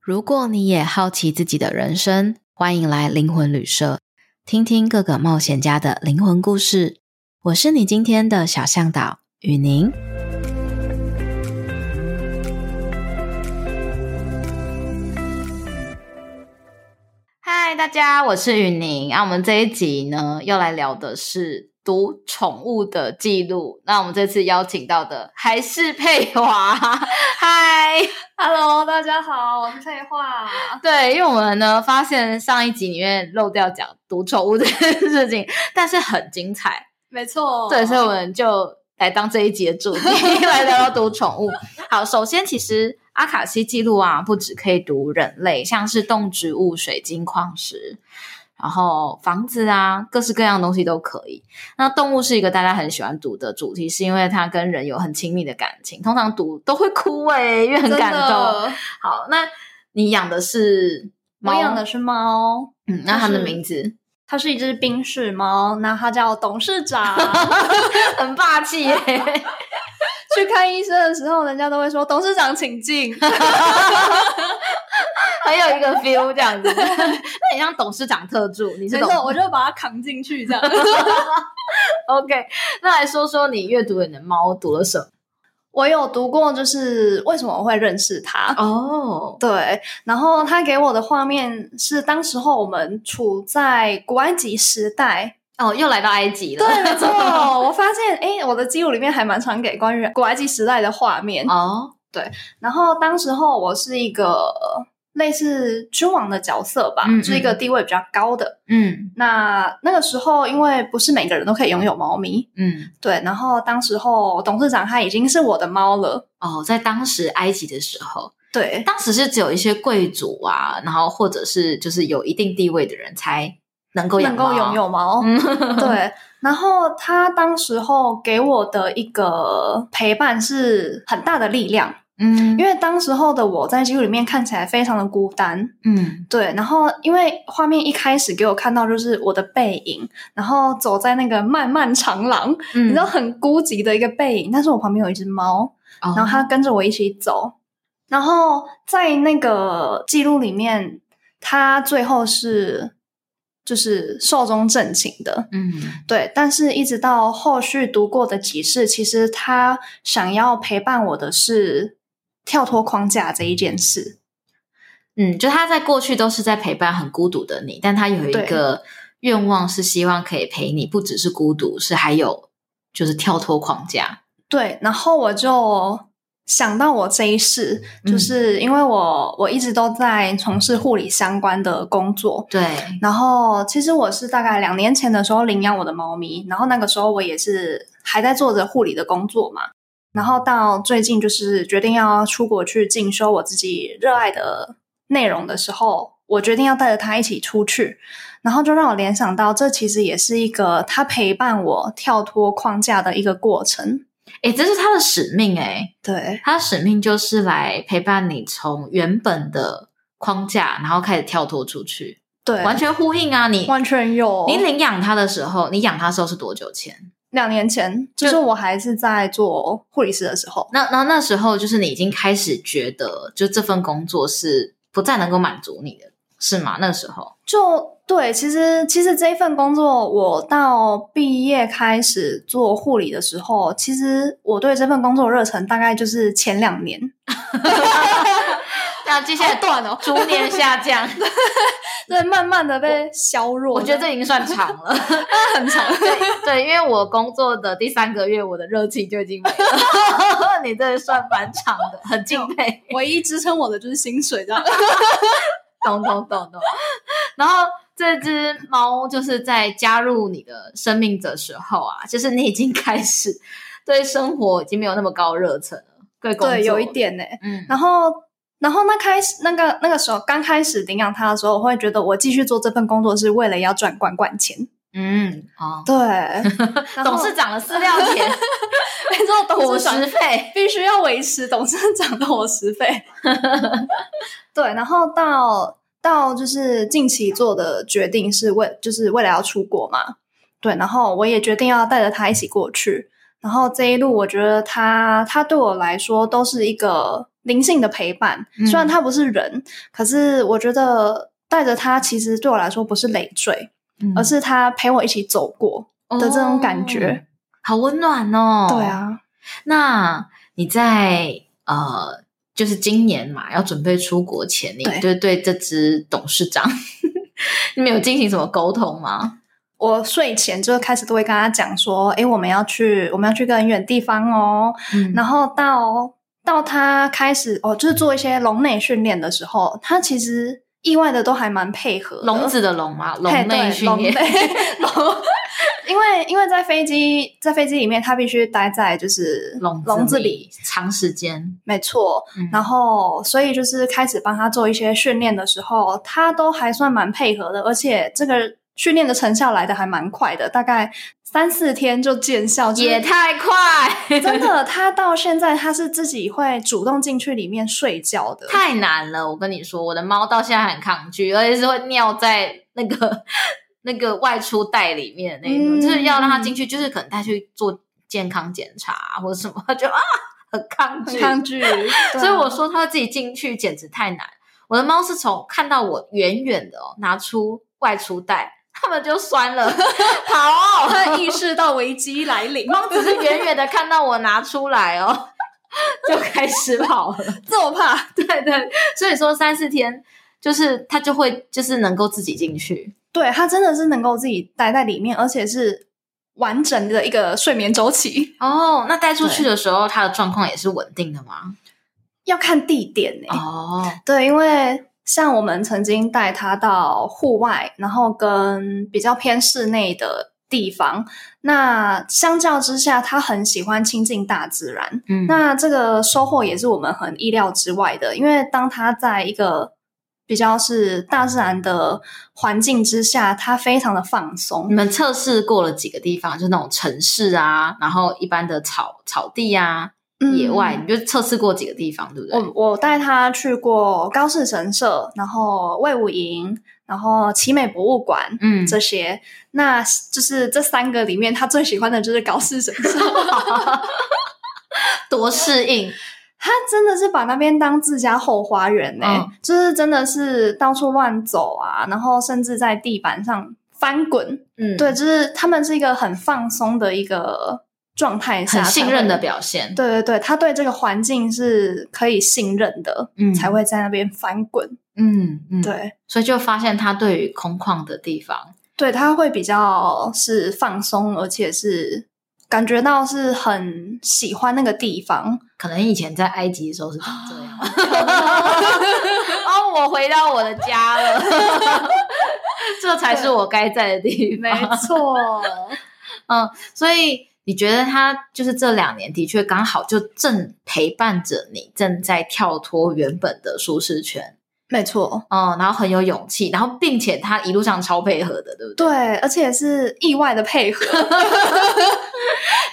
如果你也好奇自己的人生，欢迎来灵魂旅社，听听各个冒险家的灵魂故事。我是你今天的小向导雨宁。嗨，大家，我是雨宁。啊那、我们这一集呢，要来聊的是读宠物的记录。那我们这次邀请到的还是佩华，嗨。 Hello，大哦家好，我是翠化。对，因为我们呢发现上一集里面漏掉讲读宠物这件事情，但是很精彩，没错，对，所以我们就来当这一集的主题 来聊聊读宠物。好，首先其实阿卡西记录啊，不只可以读人类，像是动植物、水晶、矿石。然后房子啊，各式各样的东西都可以。那动物是一个大家很喜欢读的主题，是因为它跟人有很亲密的感情。通常读都会哭诶、因为很真感动。的。好，那你养的是我猫？养的是猫，嗯，那它就的是名字它是一只冰室猫，那它叫董 事长。很霸气耶、去看医生的时候，人家都会说董事长请进。 很有一个 feel 这样子。 那很像董事长特助，你是没董错，我就把它扛进去这样。 OK？那来说说你阅读你的猫读了什么？我有读过，就是为什么我会认识它。哦，对，然后他给我的画面是当时候我们处在古埃及时代，哦，又来到埃及了。对，没错，我发现，哎，我的记录里面还蛮常给关于古埃及时代的画面。哦，然后当时候我是一个呃类似君王的角色吧，嗯嗯是一个地位比较高的。嗯那那个时候，因为不是每个人都可以拥有猫咪，嗯，对。然后当时候董事长他已经是我的猫了，哦，在当时埃及的时候，对。当时是只有一些贵族啊，然后或者是就是有一定地位的人才能够养能够猫拥。有猫，嗯 对。然后他当时候给我的一个陪伴是很大的力量，嗯因为当时候的我在记录里面看起来非常的孤单，嗯对，然后因为画面一开始给我看到就是我的背影，然后走在那个漫漫长廊，嗯你知道很孤寂的一个背影，但是我旁边有一只猫，哦然后它跟着我一起走，然后在那个记录里面，它最后是就是寿终正寝的，嗯对，但是一直到后续读过的几世，其实它想要陪伴我的是跳脱框架这一件事，嗯，就他在过去都是在陪伴很孤独的你，但他有一对个愿望是希望可以陪你，不只是孤独，是还有就是跳脱框架。对，然后我就想到我这一世，就嗯是因为我我一直都在从事护理相关的工作。对，然后，其实我是大概两年前的时候领养我的猫咪，然后那个时候我也是还在做着护理的工作嘛。然后到最近就是决定要出国去进修我自己热爱的内容的时候，我决定要带着它一起出去，然后就让我联想到，这其实也是一个它陪伴我跳脱框架的一个过程。诶，这是他的使命诶，对，他的使命就是来陪伴你从原本的框架，然后开始跳脱出去，对，完全呼应啊！你完全有。你领养他的时候，你养他的时候是多久前？两年前，就就是我还是在做护理师的时候，那那那时候就是你已经开始觉得，就这份工作是不再能够满足你的，是吗？那时候，就对，其实其实这一份工作，我到毕业开始做护理的时候，其实我对这份工作的热忱大概就是前两年， 那接下来断 哦，逐年下降。对，慢慢的被削 弱。我觉得这已经算长了， 很长， 对对，因为我工作的第三个月，我的热情就已经没 了。 你这算蛮长的，很敬佩，唯一支撑我的就是薪水，这样。懂懂懂懂。然后这只猫就是在加入你的生命的时候啊，就是你已经开始对生活已经没有那么高热忱了，对工作对，有一，点呢、欸嗯然后。然后那开始那个那个时候刚开始领养它的时候，我会觉得我继续做这份工作是为了要赚罐罐钱。嗯，哦， 对，然后董事长的饲料钱、没错， 董伙事长食费，必须要维持董事长的伙食费。 对，然后到到就是近期做的决定是为就是为了要出国嘛，对，然后我也决定要带着他一起过去。然后这一路，我觉得他他对我来说都是一个灵性的陪伴。嗯虽然它不是人，可是我觉得带着它，其实对我来说不是累赘，而是它陪我一起走过的这种感觉。哦好温暖哦。对，啊，那你在呃，就是今年嘛，要准备出国前，你对就对这只董事长， 你们有进行什么沟通吗？我睡前就开始都会跟他讲说，诶，我们要去，我们要去一个很远的地方哦，嗯然后到到他开始哦，就是做一些笼内训练的时候，他其实意外的都还蛮配合的笼子的笼嘛，笼呃嘿内对训练，笼内笼因为因为在飞机在飞机里面，他必须待在就是笼笼子子里里，长时间，没错。嗯然后所以就是开始帮他做一些训练的时候，他都还算蛮配合的，而且这个训练的成效来的还蛮快的，大概三四天就见效，就是也太快， 真的，他到现在他是自己会主动进去里面睡觉的。太难了。我跟你说，我的猫到现在很抗拒，而且是会尿在那个 那个外出袋里面的那种，嗯就是要让它进去，就是可能带去做健康检查或者什么， 就啊很抗拒，很抗拒，对啊所以我说它自己进去简直太难。我的猫是从看到我远远的哦，拿出外出袋，它们就酸了， 跑、哦他意识到危机来临，猫只是远远的看到我拿出来哦，就开始跑了。 这么怕， 对对，所以说三四天，就是它就会就是能够自己进去。对他真的是能够自己待在里面，而且是完整的一个睡眠周期。哦，那带出去对的时候，它的状况也是稳定的吗？要看地点欸呢、哦，对，因为像我们曾经带他到户外，然后跟比较偏室内的地方，那相较之下，他很喜欢亲近大自然。嗯那这个收获也是我们很意料之外的，因为当他在一个比较是大自然的环境之下，他非常的放松你。们测试过了几个地方？就那种城市啊，然后一般的草草地啊，野外，你就测试过几个地方，对不对？嗯我我带他去过高士神社，然后魏武营，然后奇美博物馆。嗯，这些，那就是这三个里面，他最喜欢的就是高士神社。多适应， 他真的是把那边当自家后花园呢、嗯就是真的是到处乱走啊，然后甚至在地板上翻滚，嗯，对，，就是他们是一个很放松的一个状态下，很信任的才会。表现，对对对，他对这个环境是可以信任的，嗯才，会在那边翻滚。嗯嗯，，对所以就发现它对于空旷的地方，对，他会比较是放松，而且是感觉到是很喜欢那个地方。可能以前在埃及的时候是长这 样。哦，我回到我的家了， 这才是我该在的地没方。错，嗯， 所以你觉得他就是这两年的确刚好就正陪伴着你，正在跳脱原本的舒适圈， 没错，嗯，然后很有勇气，然后并且他一路上超配合的，对不对？对，而且是意外的配合。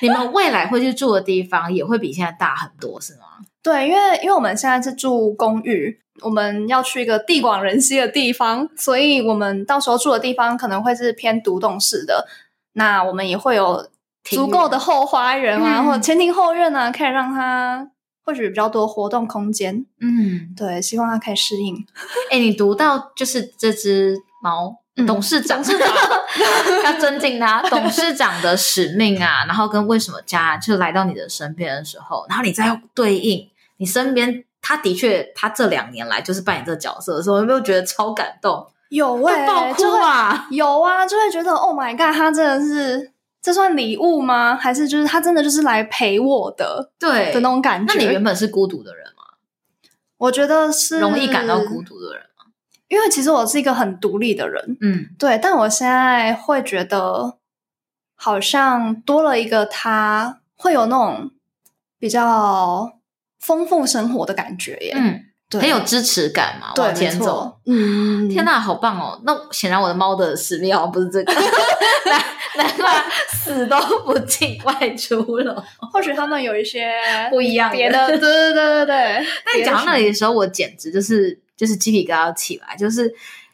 你们未来会去住的地方也会比现在大很多，是吗？对，因为因为我们现在是住公寓，我们要去一个地广人稀的地方，所以我们到时候住的地方可能会是偏独栋式的。那我们也会有庭院足够的后花园啊，嗯或者前庭后院啊，可以让它或许比较多活动空间。嗯，对，希望它可以适应。哎，你读到就是这只猫。嗯董事长，董事长要尊敬他。董事长的使命啊，然后跟为什么家就来到你的身边的时候，然后你再对应你身边，他的确，他这两年来就是扮演这个角色的时候，有没有觉得超感动，有会喂、爆就哭会啊？有啊，就会觉得 Oh my god，它真的是这算礼物吗？还是就是它真的就是来陪我的对的那种感觉？那你原本是孤独的人吗？我觉得是容易感到孤独的人吗？因为其实我是一个很独立的人，嗯对，但我现在会觉得好像多了一个他，会有那种比较丰富生活的感觉耶，，嗯，对，很有支持感嘛，对，往前没错走。，嗯，天哪，呐，好棒哦！那显然我的猫的使命好像不是这个， 难难怪死都不进外出了，或许他们有 一些不一样别的，对对对对对，那你讲到那里，里的时候，我简直就是就是鸡皮疙瘩起来，就是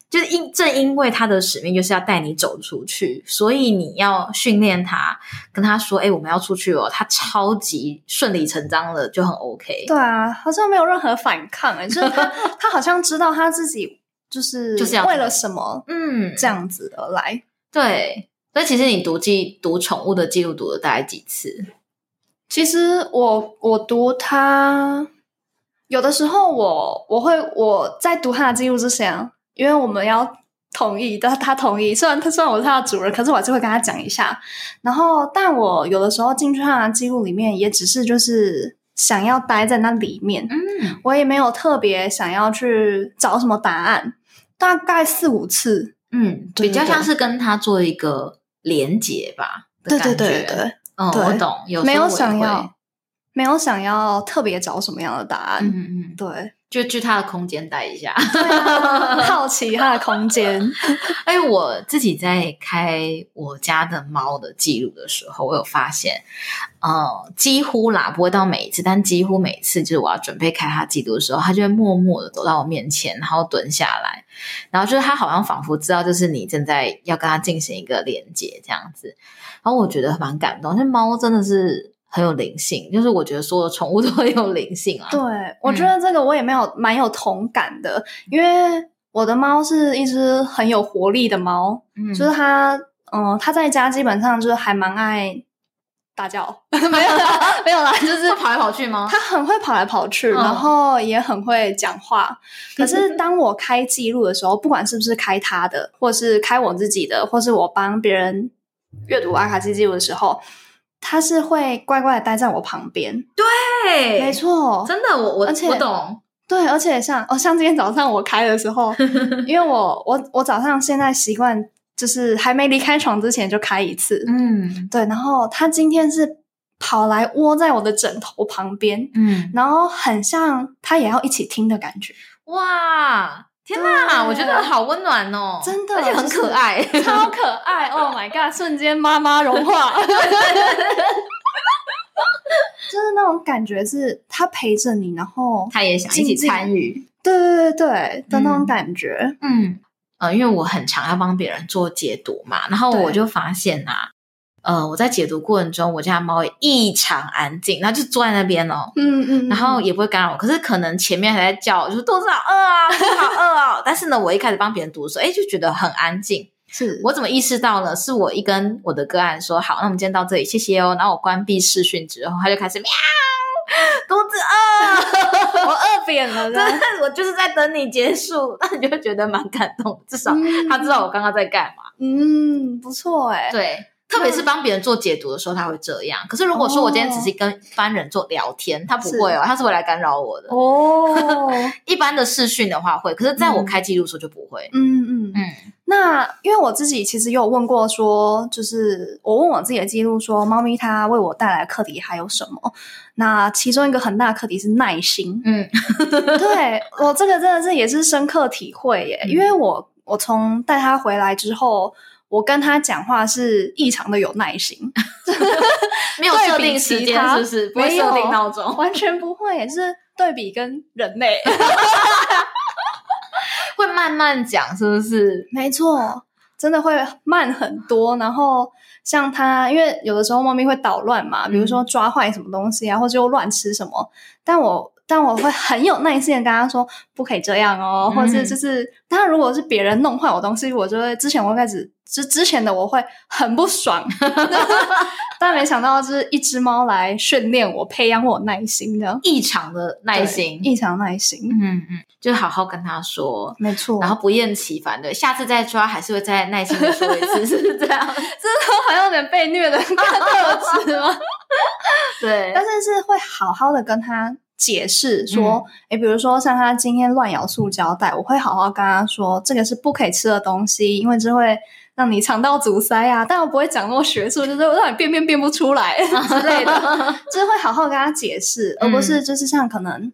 就是因正因为它的使命就是要带你走出去，所以你要训练它，跟它说：“哎、我们要出去哦。”它超级顺理成章的就很 OK，对啊，好像没有任何反抗、欸，就是他他好像知道他自己就是就是要为了什么嗯，这样子而来。对。所以其实你读记读宠物的记录读了大概几次？其实我我读他有的时候我我会我在读他的记录之前，因为我们要同意，但他同意，虽然他虽然我是他的主人，可是我还是会跟他讲一下。然后，但我有的时候进去他的记录里面，也只是就是想要待在那里面，嗯，我也没有特别想要去找什么答案，大概四五次。嗯，对比较对像是跟它做一个连结吧。的对对对感觉，对，嗯，对我懂，有时候没有我也想会要，没有想要特别找什么样的答案。嗯嗯嗯，对，就去它的空间待一下。 好奇它的空间。哎，我自己在开我家的猫的记录的时候，我有发现，呃，几乎啦，不会到每一次，但几乎每一次，就是我要准备开它记录的时候，它就会默默的走到我面前，然后蹲下来，然后就是它好像仿佛知道，就是你正在要跟它进行一个连接这样子，然后我觉得蛮感动，因为猫真的是很有灵性，就是我觉得所有宠物都很有灵性啊，对，我觉得这个我也没有蛮有同感的，因为我的猫是一只很有活力的猫，嗯，就是它，嗯、它在家基本上就是还蛮爱大叫， 没有啦， 没有啦，就是会跑来跑去吗？它很会跑来跑去，嗯然后也很会讲 话。可是当我开记录的时候，不管是不是开它的，或是开我自己的，或是我帮别人阅读阿卡西记录的时候，它是会乖乖的待在我旁边。对没，错，真的，我我而且我懂，对，而且像哦，像今天早上我开的 时候，因为我我我早上现在习惯就是还没离开床之前就开一次，嗯对，然后它今天是跑来窝在我的枕头旁边，嗯。然后很像它也要一起听的感觉，哇，天哪！对我觉得好温暖哦，真的而且很可爱。超可爱！Oh my god，瞬间妈妈融化，就是那种感觉是它陪着你，然后他也想一起参与，对对对对的那嗯种感觉，嗯，呃，因为我很常要帮别人做解读嘛，然后对我就发现啊，呃，我在解读过程中，我家猫也异常安静，然后就坐在那边哦。嗯嗯，然后也不会干扰我，可是可能前面还在叫，我就说肚子好饿啊，肚子好饿啊。 但是呢，我一开始帮别人读的时候，哎，就觉得很安静，是我怎么意识到呢？是我一跟我的个案说好，那我们今天到这里，谢谢哦。然后我关闭视讯之后，他就开始喵，肚子饿，我饿扁了，真的， 我就是在等你结束。 那你就会觉得蛮感动，至少他知道我刚刚在干嘛。嗯，不错哎、对，特别是帮别人做解读的时候，他会这样。可是如果说我今天只是跟一般人做聊天，他不会哦，他是会来干扰我的。哦，一般的视讯的话会，可是在嗯我开记录的时候就不会。 嗯嗯嗯嗯。那因为我自己其实也有问过说，就是我问我自己的记录说，猫咪它为我带来的课题还有什么？那其中一个很大的课题是耐心。嗯 对我这个真的是也是深刻体会耶，嗯因为我我从带它回来之后。我跟它讲话是异常的有耐心，没有对设比定其时间，他是不是？不会没有设定闹钟。 完全不会，是对比跟 人类。会慢慢讲，是不是？没错，真的会慢很多。然后像它，因为有的时候猫咪会捣乱嘛，嗯比如说抓坏什么东西啊，或者又乱吃什么。但我但我会很有耐心的跟它说，不可以这样哦，嗯或者是就是，当然如果是别人弄坏我东西，我就会之前我会开始之之前的我会很 不爽。 但没想到就是一只猫来训练我，培养我耐心的异常的耐心，异常耐心。嗯嗯，就好好跟他说，没错，然后不厌其烦的，下次再抓还是会再耐心的说一次，是不是这 样？好像有点被虐的 特质吗？对，但是是会好好的跟他解释说，诶、比如说像他今天乱咬塑胶袋，我会好好跟他说，这个是不可以吃的东西，因为这会让你肠道阻塞啊。但我不会讲那么学术，就是让你便便便不出来 之类的，就是会好好跟他解释，而不是就是像可能。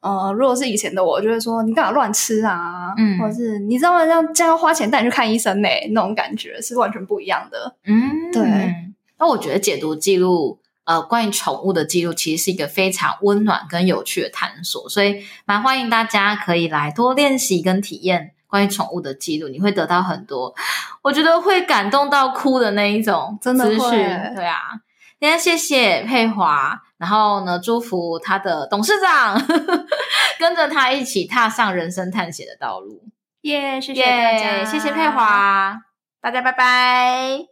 呃，如果是以前的我，就会说你干嘛乱吃啊，嗯或者是你知道吗？这样这样要花钱带你去看医生呢、那种感觉是完全不一样的。嗯，对。那我觉得解读记录，呃，关于宠物的记录，其实是一个非常温暖跟有趣的探索，所以蛮欢迎大家可以来多练习跟体验关于宠物的记录，你会得到很多，我觉得会感动到哭的那一种真的资会讯。对啊，今天谢谢佩华，然后呢，祝福他的董事长 跟着他一起踏上人生探险的道路。耶、谢耶，谢谢佩，华，大家拜拜。